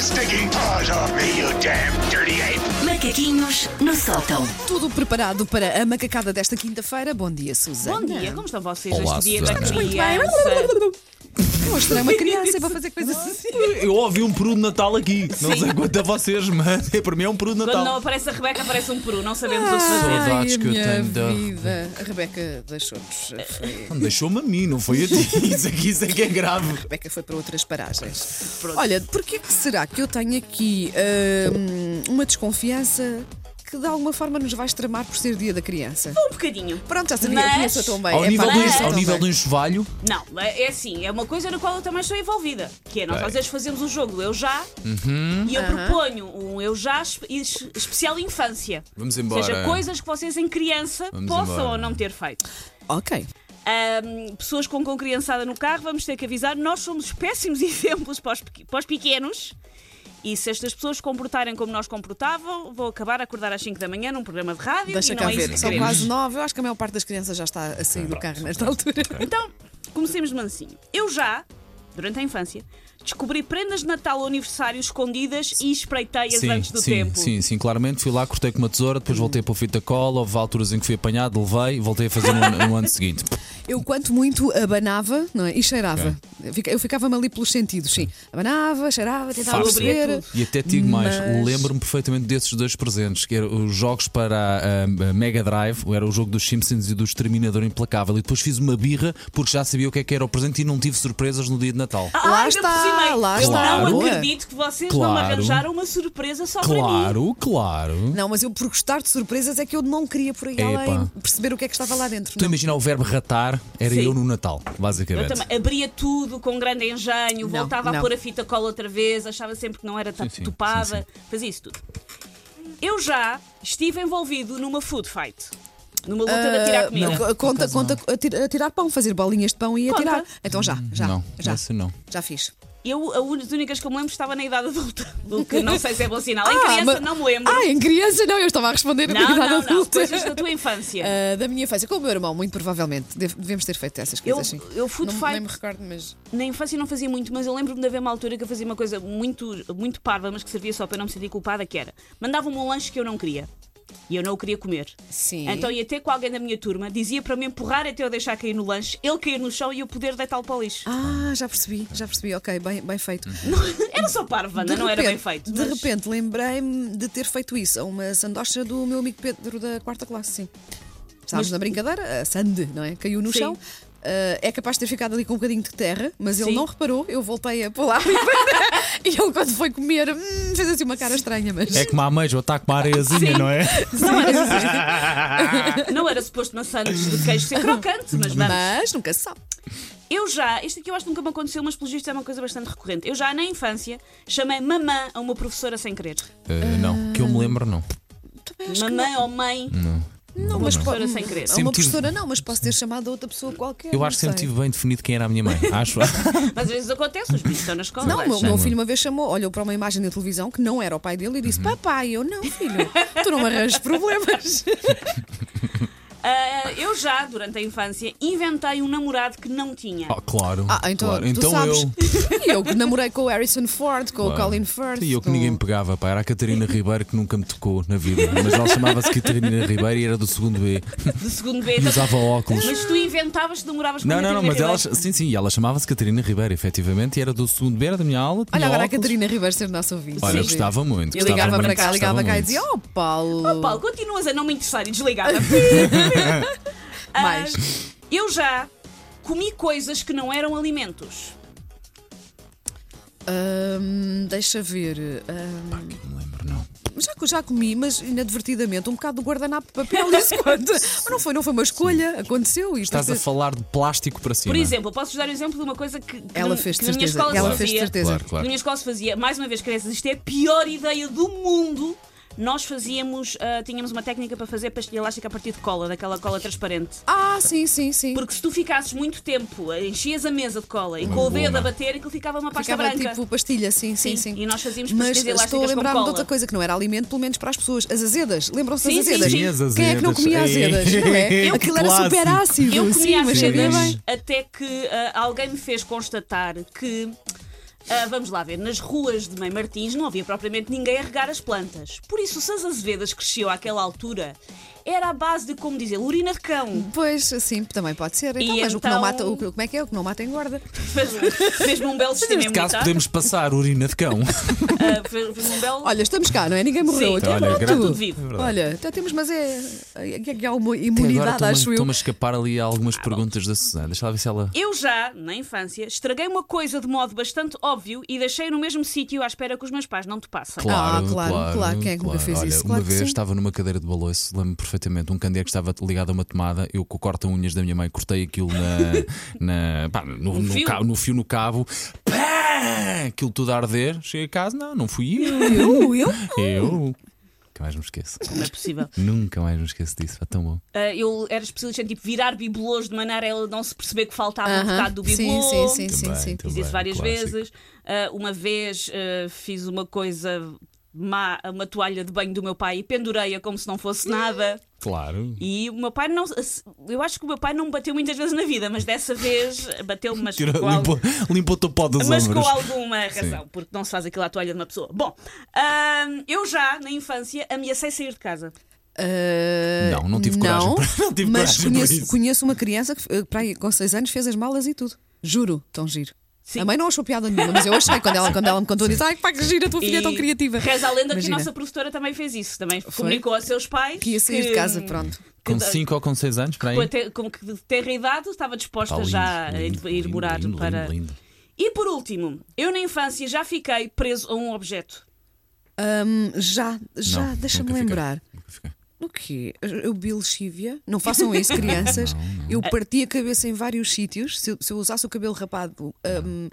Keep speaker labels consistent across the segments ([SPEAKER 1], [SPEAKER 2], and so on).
[SPEAKER 1] stinking paws off me, you damn dirty ape!
[SPEAKER 2] Macaquinhos no sótão.
[SPEAKER 3] Tudo preparado para a macacada desta quinta-feira. Bom dia, Susana.
[SPEAKER 4] Bom dia, como estão vocês
[SPEAKER 5] É. Olá,
[SPEAKER 4] neste dia
[SPEAKER 5] Susana.
[SPEAKER 4] da
[SPEAKER 5] Estamos
[SPEAKER 4] criança?
[SPEAKER 3] Eu mostrei uma criança para fazer coisas assim.
[SPEAKER 5] Eu ouvi um peru de Natal aqui. Não sei quanto a vocês, mas é para mim é um peru de
[SPEAKER 4] Quando não
[SPEAKER 5] Natal.
[SPEAKER 4] aparece a Rebeca, aparece um peru, não sabemos o que fazer.
[SPEAKER 5] Saudades
[SPEAKER 3] Ai, a
[SPEAKER 5] que eu
[SPEAKER 3] minha
[SPEAKER 5] tenho da-
[SPEAKER 3] vida. A Rebeca deixou-nos.
[SPEAKER 4] É.
[SPEAKER 3] Foi-
[SPEAKER 5] Deixou-me a mim, não foi a ti. Isso aqui, isso aqui é grave.
[SPEAKER 3] A Rebeca foi para outras paragens. Olha, porquê que será que eu tenho aqui hum, uma desconfiança que de alguma forma nos vai extremar por ser dia da criança?
[SPEAKER 4] Um bocadinho.
[SPEAKER 3] Pronto, já sabia,
[SPEAKER 4] Mas-
[SPEAKER 3] conheço-a tão bem.
[SPEAKER 5] Ao
[SPEAKER 3] É
[SPEAKER 5] nível,
[SPEAKER 3] pá,
[SPEAKER 5] do,
[SPEAKER 3] conheço-a
[SPEAKER 5] ao
[SPEAKER 3] tão
[SPEAKER 5] nível
[SPEAKER 3] bem.
[SPEAKER 5] de um enxovalho,
[SPEAKER 4] Não, é assim, é uma coisa na qual eu também sou envolvida, que é nós
[SPEAKER 5] Ok. Uhum.
[SPEAKER 4] às vezes fazemos um jogo do Eu Já e eu proponho um Eu Já espe- es- especial infância.
[SPEAKER 5] Vamos
[SPEAKER 4] Ou seja,
[SPEAKER 5] embora.
[SPEAKER 4] coisas que vocês em criança
[SPEAKER 5] Vamos
[SPEAKER 4] possam
[SPEAKER 5] embora.
[SPEAKER 4] ou não ter feito.
[SPEAKER 3] Ok.
[SPEAKER 4] Ahm, pessoas com, com criançada no carro, vamos ter que avisar, nós somos péssimos exemplos para os, pequ- para os pequenos. E se estas pessoas se comportarem como nós comportavam, vou acabar a acordar às 5 da manhã num programa de rádio
[SPEAKER 3] Deixa
[SPEAKER 4] e não
[SPEAKER 3] cá
[SPEAKER 4] é isso
[SPEAKER 3] ver.
[SPEAKER 4] que
[SPEAKER 3] São
[SPEAKER 4] queremos.
[SPEAKER 3] quase nove. Eu acho que a maior parte das crianças já está a sair do carro nesta altura.
[SPEAKER 4] Então, comecemos de mansinho. Eu já, durante a infância, descobri prendas de Natal ou aniversário escondidas e espreitei-as
[SPEAKER 5] Sim,
[SPEAKER 4] antes do
[SPEAKER 5] sim,
[SPEAKER 4] tempo. Hum.
[SPEAKER 5] sim, sim, claramente fui lá, cortei com uma tesoura, depois voltei para o fita cola, houve alturas em que fui apanhado, levei e voltei a fazer no, ano- no ano seguinte.
[SPEAKER 3] Eu, quanto muito, abanava não é? e cheirava. Eu fica- Eu ficava-me ali pelos sentidos, sim. Abanava, cheirava, tentava
[SPEAKER 5] Farsa.
[SPEAKER 3] perceber.
[SPEAKER 5] E até te digo mais,
[SPEAKER 3] Mas-
[SPEAKER 5] lembro-me perfeitamente desses dois presentes, que eram os jogos para a, a Mega Drive, era o jogo dos Simpsons e do Exterminador Implacável, e depois fiz uma birra porque já sabia o que é que era o presente e não tive surpresas no dia de Natal.
[SPEAKER 4] Ah,
[SPEAKER 3] Lá
[SPEAKER 4] ainda
[SPEAKER 3] está,
[SPEAKER 4] por cima,
[SPEAKER 3] lá
[SPEAKER 4] eu
[SPEAKER 5] está,
[SPEAKER 4] não
[SPEAKER 5] boa.
[SPEAKER 4] acredito que vocês não me
[SPEAKER 5] Claro.
[SPEAKER 4] arranjaram uma surpresa só para mim.
[SPEAKER 5] Claro, claro.
[SPEAKER 3] Não, mas eu, por gostar de surpresas, é que eu não queria por aí
[SPEAKER 5] Epa.
[SPEAKER 3] além perceber o que é que estava lá dentro.
[SPEAKER 5] Tu
[SPEAKER 3] não.
[SPEAKER 5] imagina o verbo ratar, era
[SPEAKER 4] Sim.
[SPEAKER 5] eu no Natal,
[SPEAKER 4] Eu
[SPEAKER 5] basicamente.
[SPEAKER 4] também abria tudo com grande engenho,
[SPEAKER 3] Não,
[SPEAKER 4] voltava
[SPEAKER 3] não.
[SPEAKER 4] a pôr a fita cola outra vez, achava sempre que não era
[SPEAKER 5] Sim, sim,
[SPEAKER 4] topada,
[SPEAKER 5] sim,
[SPEAKER 4] fazia isso tudo. Eu já estive envolvido numa food fight, numa luta de atirar
[SPEAKER 3] Ah,
[SPEAKER 4] comida.
[SPEAKER 3] não, conta, conta atirar, atirar pão, fazer bolinhas de pão e
[SPEAKER 4] Conta.
[SPEAKER 3] atirar. Então já, já.
[SPEAKER 5] Não,
[SPEAKER 3] já.
[SPEAKER 5] essa não.
[SPEAKER 3] Já fiz.
[SPEAKER 4] Eu, a un- as únicas que eu me lembro, estava na idade adulta, o que não sei se é bom sinal. Em
[SPEAKER 3] Ah,
[SPEAKER 4] criança
[SPEAKER 3] mas-
[SPEAKER 4] não me lembro.
[SPEAKER 3] Ah, em criança não, eu estava a responder na
[SPEAKER 4] não,
[SPEAKER 3] idade
[SPEAKER 4] não, não,
[SPEAKER 3] adulta.
[SPEAKER 4] coisas da tua infância.
[SPEAKER 3] Ah, da minha infância, com o meu irmão, muito provavelmente. Deve- Devemos ter feito essas
[SPEAKER 4] Eu,
[SPEAKER 3] coisas, sim.
[SPEAKER 4] eu food
[SPEAKER 3] assim, Não me- nem
[SPEAKER 4] fight
[SPEAKER 3] me recordo, mas.
[SPEAKER 4] na infância não fazia muito, mas eu lembro-me de haver uma altura que eu fazia uma coisa muito, muito parva, mas que servia só para eu não me sentir culpada, que era mandavam-me um lanche que eu não queria. E eu não o queria comer.
[SPEAKER 3] Sim.
[SPEAKER 4] Então ia ter com alguém da minha turma, dizia para me empurrar até eu deixar cair no lanche, ele cair no chão e eu poder deitá-lo para o lixo.
[SPEAKER 3] Ah, já percebi, já percebi, ok, bem, bem feito.
[SPEAKER 5] Uhum.
[SPEAKER 4] Era só parva, Ana,
[SPEAKER 3] De
[SPEAKER 4] não era bem
[SPEAKER 3] repente-
[SPEAKER 4] feito.
[SPEAKER 3] De
[SPEAKER 4] mas-
[SPEAKER 3] repente lembrei-me de ter feito isso a uma sandocha do meu amigo Pedro da quarta classe, sim. Estávamos
[SPEAKER 4] Mas-
[SPEAKER 3] na brincadeira, a sande, não é? Caiu no
[SPEAKER 4] Sim.
[SPEAKER 3] chão. Ah, é capaz de ter ficado ali com um bocadinho de terra, mas ele
[SPEAKER 4] Sim.
[SPEAKER 3] não reparou. Eu voltei a pular e ele, quando foi comer, hum, fez assim uma cara estranha. Mas
[SPEAKER 5] É como a ameixa, ou está com uma areiazinha, não é?
[SPEAKER 3] Ah,
[SPEAKER 4] Não era, não era suposto maçãs de queijo ser crocante, mas vamos.
[SPEAKER 3] Mas nunca se sabe.
[SPEAKER 4] Eu já, isto aqui eu acho que nunca me aconteceu, mas pelo visto é uma coisa bastante recorrente. Eu já na infância chamei mamã a uma professora sem querer.
[SPEAKER 5] Eh, não, que eu me lembro, não.
[SPEAKER 3] Também acho que
[SPEAKER 4] mamã ou mãe.
[SPEAKER 3] não, mas
[SPEAKER 4] é professora
[SPEAKER 3] po-
[SPEAKER 4] sem querer.
[SPEAKER 3] a Uma
[SPEAKER 5] Sempre tive-
[SPEAKER 3] professora não, mas posso ter chamado a outra pessoa qualquer.
[SPEAKER 5] Eu
[SPEAKER 3] não
[SPEAKER 5] acho que sempre
[SPEAKER 3] sei.
[SPEAKER 5] tive bem definido quem era a minha mãe. Acho. Ah,
[SPEAKER 4] Mas às vezes acontece, os bichos estão na escola.
[SPEAKER 3] Não, o meu,
[SPEAKER 5] Sim.
[SPEAKER 3] meu filho uma vez chamou, olhou para uma imagem na televisão que não era o pai dele e
[SPEAKER 5] Uhum.
[SPEAKER 3] disse: Papai, eu não, filho, tu não arranjas problemas.
[SPEAKER 4] Ah, eu já, durante a infância, inventei um namorado que não tinha.
[SPEAKER 5] Ah, claro.
[SPEAKER 3] Ah, então,
[SPEAKER 5] claro.
[SPEAKER 3] tu
[SPEAKER 5] então
[SPEAKER 3] sabes.
[SPEAKER 5] eu.
[SPEAKER 3] E eu que namorei com o Harrison Ford, com
[SPEAKER 5] Claro.
[SPEAKER 3] o Colin Firth.
[SPEAKER 5] E eu que
[SPEAKER 3] com-
[SPEAKER 5] ninguém me pegava, pá. Era a Catarina Ribeiro que nunca me tocou na vida. Mas ela chamava-se Catarina Ribeiro e era do segundo B.
[SPEAKER 4] De segundo B.
[SPEAKER 5] E usava óculos.
[SPEAKER 4] Mas tu inventavas que namoravas com
[SPEAKER 5] Não,
[SPEAKER 4] a
[SPEAKER 5] não, não, mas
[SPEAKER 4] Catarina
[SPEAKER 5] ela.
[SPEAKER 4] Ribeiro.
[SPEAKER 5] Sim, sim, ela chamava-se Catarina Ribeiro, efetivamente, e era do segundo B, era da minha aula.
[SPEAKER 3] Olha
[SPEAKER 5] tinha
[SPEAKER 3] agora a
[SPEAKER 5] óculos.
[SPEAKER 3] Catarina Ribeiro ser nossa ouvinte.
[SPEAKER 5] Olha,
[SPEAKER 3] Sim.
[SPEAKER 5] gostava muito.
[SPEAKER 3] Eu
[SPEAKER 5] gostava
[SPEAKER 3] ligava
[SPEAKER 5] muito,
[SPEAKER 3] para cá,
[SPEAKER 5] gostava
[SPEAKER 3] ligava cá e
[SPEAKER 5] muito.
[SPEAKER 3] dizia: Oh, Paulo.
[SPEAKER 4] Oh, Paulo, continuas a não me interessar e desligava. Ah.
[SPEAKER 3] Mais.
[SPEAKER 4] eu já comi coisas que não eram alimentos.
[SPEAKER 3] Ahm, deixa ver. ahm,
[SPEAKER 5] Pá, que eu me lembro, não.
[SPEAKER 3] já, já comi, mas inadvertidamente, um bocado do guardanapo de papel. Isso conta. Mas não foi, não foi uma escolha, aconteceu. E
[SPEAKER 5] Estás a
[SPEAKER 3] depois-
[SPEAKER 5] falar de plástico para cima.
[SPEAKER 4] Por exemplo, eu posso dar o exemplo de uma coisa que, que
[SPEAKER 3] Ela
[SPEAKER 4] na-
[SPEAKER 3] fez
[SPEAKER 4] que
[SPEAKER 3] de
[SPEAKER 4] na minha
[SPEAKER 3] certeza.
[SPEAKER 4] escola
[SPEAKER 3] Ela
[SPEAKER 4] se
[SPEAKER 3] fez de
[SPEAKER 4] fazia.
[SPEAKER 3] certeza.
[SPEAKER 5] Claro,
[SPEAKER 4] Na
[SPEAKER 5] claro.
[SPEAKER 4] minha escola se fazia, mais uma vez, crianças, isto é a pior ideia do mundo. Nós fazíamos, ah, tínhamos uma técnica para fazer pastilha elástica a partir de cola, daquela cola transparente.
[SPEAKER 3] Ah, sim, sim, sim.
[SPEAKER 4] Porque se tu ficasses muito tempo, enchias a mesa de cola e
[SPEAKER 5] Uma
[SPEAKER 4] com o
[SPEAKER 5] boa,
[SPEAKER 4] dedo a
[SPEAKER 5] não.
[SPEAKER 4] bater, aquilo ficava uma pasta
[SPEAKER 3] Ficava
[SPEAKER 4] branca.
[SPEAKER 3] tipo pastilha, sim, sim,
[SPEAKER 4] Sim,
[SPEAKER 3] sim.
[SPEAKER 4] e nós fazíamos
[SPEAKER 3] Mas
[SPEAKER 4] pastilhas elásticas
[SPEAKER 3] estou a
[SPEAKER 4] com
[SPEAKER 3] lembrar-me de outra
[SPEAKER 4] cola.
[SPEAKER 3] coisa que não era alimento, pelo menos para as pessoas. As azedas. Lembram-se
[SPEAKER 4] Sim,
[SPEAKER 3] das
[SPEAKER 4] sim,
[SPEAKER 3] azedas?
[SPEAKER 4] sim.
[SPEAKER 5] As
[SPEAKER 3] Quem é que não comia
[SPEAKER 5] azedas.
[SPEAKER 3] azedas? não é?
[SPEAKER 5] Eu-
[SPEAKER 3] Aquilo
[SPEAKER 5] que
[SPEAKER 3] era super
[SPEAKER 5] clássico.
[SPEAKER 3] ácido.
[SPEAKER 4] Eu
[SPEAKER 3] sim,
[SPEAKER 4] comia assim
[SPEAKER 3] mas
[SPEAKER 4] as
[SPEAKER 3] ainda
[SPEAKER 4] cenas
[SPEAKER 3] bem.
[SPEAKER 4] até que ah, alguém me fez constatar que Ah, vamos lá ver, nas ruas de Mãe Martins não havia propriamente ninguém a regar as plantas. Por isso, o Sãs Azevedas cresceu àquela altura. Era a base de, como dizer, urina de cão.
[SPEAKER 3] Pois, sim, também pode ser. Então, mas o que não
[SPEAKER 4] então-
[SPEAKER 3] mata, o que- como é que é? O que não mata engorda.
[SPEAKER 4] Fez- Fez-me um belo sistema
[SPEAKER 5] Neste caso,
[SPEAKER 4] imunitário.
[SPEAKER 5] podemos passar urina de cão.
[SPEAKER 4] Ah, fez- Fez-me um belo.
[SPEAKER 3] Olha, estamos cá, não é? Ninguém morreu.
[SPEAKER 4] Sim.
[SPEAKER 3] Até
[SPEAKER 5] Olha,
[SPEAKER 3] pronto.
[SPEAKER 5] gra-
[SPEAKER 4] tudo vivo.
[SPEAKER 3] Olha, até temos, mas é. é que há uma
[SPEAKER 5] Até agora
[SPEAKER 3] imunidade,
[SPEAKER 5] estou-me-
[SPEAKER 3] acho eu. Ah,
[SPEAKER 5] estou-me a escapar ali a algumas perguntas da Susana. Deixa lá ver se ela.
[SPEAKER 4] Eu já, na infância, estraguei uma coisa de modo bastante óbvio e deixei no mesmo sítio à espera que os meus pais não te passem.
[SPEAKER 5] Claro,
[SPEAKER 3] Ah, claro, claro. Quem é que nunca fez
[SPEAKER 5] Olha,
[SPEAKER 3] isso?
[SPEAKER 5] Uma
[SPEAKER 3] Claro que
[SPEAKER 5] vez
[SPEAKER 3] sim.
[SPEAKER 5] estava numa cadeira de balouço, lembro-me perfeitamente, um candeeiro que estava ligado a uma tomada, eu com o corta-unhas da minha mãe cortei aquilo na, na- pá, no, no
[SPEAKER 4] fio?
[SPEAKER 5] cabo, no fio, no cabo, pá, aquilo tudo a arder. Cheguei a casa, não, não fui eu.
[SPEAKER 3] Eu, eu?
[SPEAKER 5] eu. Nunca mais me esqueço.
[SPEAKER 4] Não é possível.
[SPEAKER 5] Nunca mais me esqueço disso, é tão bom.
[SPEAKER 4] Ah, eu era especialista em tipo, virar bibelôs de maneira a ela não se perceber que faltava um
[SPEAKER 3] Aham.
[SPEAKER 4] bocado do
[SPEAKER 3] Sim, sim,
[SPEAKER 4] bibelô.
[SPEAKER 3] sim,
[SPEAKER 5] Também,
[SPEAKER 3] sim. sim.
[SPEAKER 5] também, um
[SPEAKER 4] Fiz isso várias
[SPEAKER 5] clássico.
[SPEAKER 4] vezes. Ah, uma vez ah, fiz uma coisa má a uma toalha de banho do meu pai e pendurei-a como se não fosse nada.
[SPEAKER 5] Claro.
[SPEAKER 4] E o meu pai não. Eu acho que o meu pai não me bateu muitas vezes na vida, mas dessa vez bateu-me, mas
[SPEAKER 5] Tirou-
[SPEAKER 4] com algo-
[SPEAKER 5] limpou- Limpou-te o pó dos
[SPEAKER 4] Mas
[SPEAKER 5] ombros.
[SPEAKER 4] com alguma razão, porque não se faz aquilo à toalha de uma pessoa. Bom, hum, eu já, na infância, ameacei sair de casa.
[SPEAKER 3] Ah,
[SPEAKER 5] Não, não tive coragem
[SPEAKER 3] não,
[SPEAKER 5] para- não tive
[SPEAKER 3] mas
[SPEAKER 5] coragem para
[SPEAKER 3] conheço,
[SPEAKER 5] isso.
[SPEAKER 3] conheço uma criança que eh, para aí, com 6 anos fez as malas e tudo. Juro, tão giro.
[SPEAKER 4] Sim.
[SPEAKER 3] A mãe não achou piada nenhuma, mas eu achei quando ela, quando ela me contou disse: Ai, pá, que gira, a tua filha é tão
[SPEAKER 4] E
[SPEAKER 3] criativa.
[SPEAKER 4] Reza a lenda que
[SPEAKER 3] Imagina,
[SPEAKER 4] a nossa professora também fez isso. Também comunicou aos seus pais.
[SPEAKER 3] que ia sair de casa, pronto.
[SPEAKER 5] Com 5 ou com 6 anos, para aí.
[SPEAKER 4] Com,
[SPEAKER 3] é
[SPEAKER 4] até, com que de terra idade estava disposta
[SPEAKER 5] Pá, lindo,
[SPEAKER 4] já
[SPEAKER 5] lindo,
[SPEAKER 4] a ir, ir
[SPEAKER 5] lindo,
[SPEAKER 4] morar
[SPEAKER 5] lindo,
[SPEAKER 4] para.
[SPEAKER 5] lindo, lindo.
[SPEAKER 4] E por último, eu na infância já fiquei preso a um objeto.
[SPEAKER 3] Hum, já, já,
[SPEAKER 5] Não,
[SPEAKER 3] deixa-me
[SPEAKER 5] nunca fiquei.
[SPEAKER 3] lembrar.
[SPEAKER 5] Nunca fiquei.
[SPEAKER 3] No quê? Eu bebi lexívia? Não façam isso, crianças. Eu parti a cabeça em vários sítios. Se eu, se eu usasse o cabelo rapado, hum,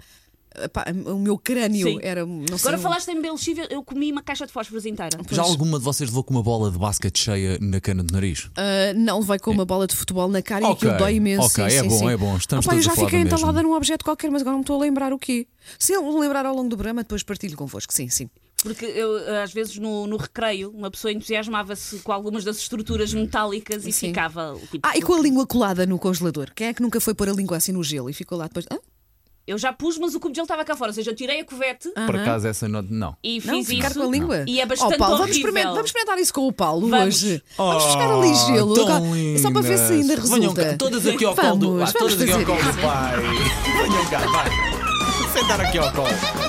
[SPEAKER 3] epá, o meu crânio
[SPEAKER 4] Sim.
[SPEAKER 3] era. Não sei,
[SPEAKER 4] Agora
[SPEAKER 3] um-
[SPEAKER 4] falaste em Belchívia, eu comi uma caixa de fósforos inteira.
[SPEAKER 5] Já alguma de vocês levou com uma bola de basquete cheia na cana do nariz?
[SPEAKER 3] Ah, não vai com uma bola de futebol na cara
[SPEAKER 5] Ok,
[SPEAKER 3] e aquilo dói imenso.
[SPEAKER 5] ok,
[SPEAKER 3] sim,
[SPEAKER 5] é
[SPEAKER 3] sim,
[SPEAKER 5] bom,
[SPEAKER 3] sim.
[SPEAKER 5] é bom. Estamos
[SPEAKER 3] Ah, pá, eu
[SPEAKER 5] todos a
[SPEAKER 3] já
[SPEAKER 5] falar
[SPEAKER 3] fiquei
[SPEAKER 5] do mesmo.
[SPEAKER 3] entalada num objeto qualquer, mas agora não me estou a lembrar o quê. Se eu me lembrar ao longo do programa, depois partilho convosco. Sim, sim.
[SPEAKER 4] Porque eu, às vezes no, no recreio uma pessoa entusiasmava-se com algumas das estruturas
[SPEAKER 5] Uhum.
[SPEAKER 4] metálicas e
[SPEAKER 3] Sim.
[SPEAKER 4] ficava tipo,
[SPEAKER 3] Ah, e com a língua colada no congelador. Quem é que nunca foi pôr a língua assim no gelo e ficou lá depois? Hã?
[SPEAKER 4] Eu já pus, mas o cubo de gelo estava cá fora. Ou seja, eu tirei a covete
[SPEAKER 5] Por acaso essa não. não.
[SPEAKER 4] e fiz
[SPEAKER 3] Ah. Não, ficar
[SPEAKER 4] isso.
[SPEAKER 3] com a língua.
[SPEAKER 4] E é bastante
[SPEAKER 3] oh, Paulo, vamos
[SPEAKER 4] horrível.
[SPEAKER 3] experimentar, vamos experimentar isso com o Paulo
[SPEAKER 4] Vamos.
[SPEAKER 3] hoje. Vamos buscar ali gelo.
[SPEAKER 5] Oh, tão
[SPEAKER 3] Agora- é só para ver se ainda
[SPEAKER 5] lindas. Venham
[SPEAKER 3] resulta.
[SPEAKER 5] cá, todas aqui ao colo do
[SPEAKER 3] Vamos,
[SPEAKER 5] ah, todas
[SPEAKER 3] vamos
[SPEAKER 5] aqui ao
[SPEAKER 3] fazer
[SPEAKER 5] colo
[SPEAKER 3] isso.
[SPEAKER 5] do pai. Venham cá, vai. Sentar aqui ao colo.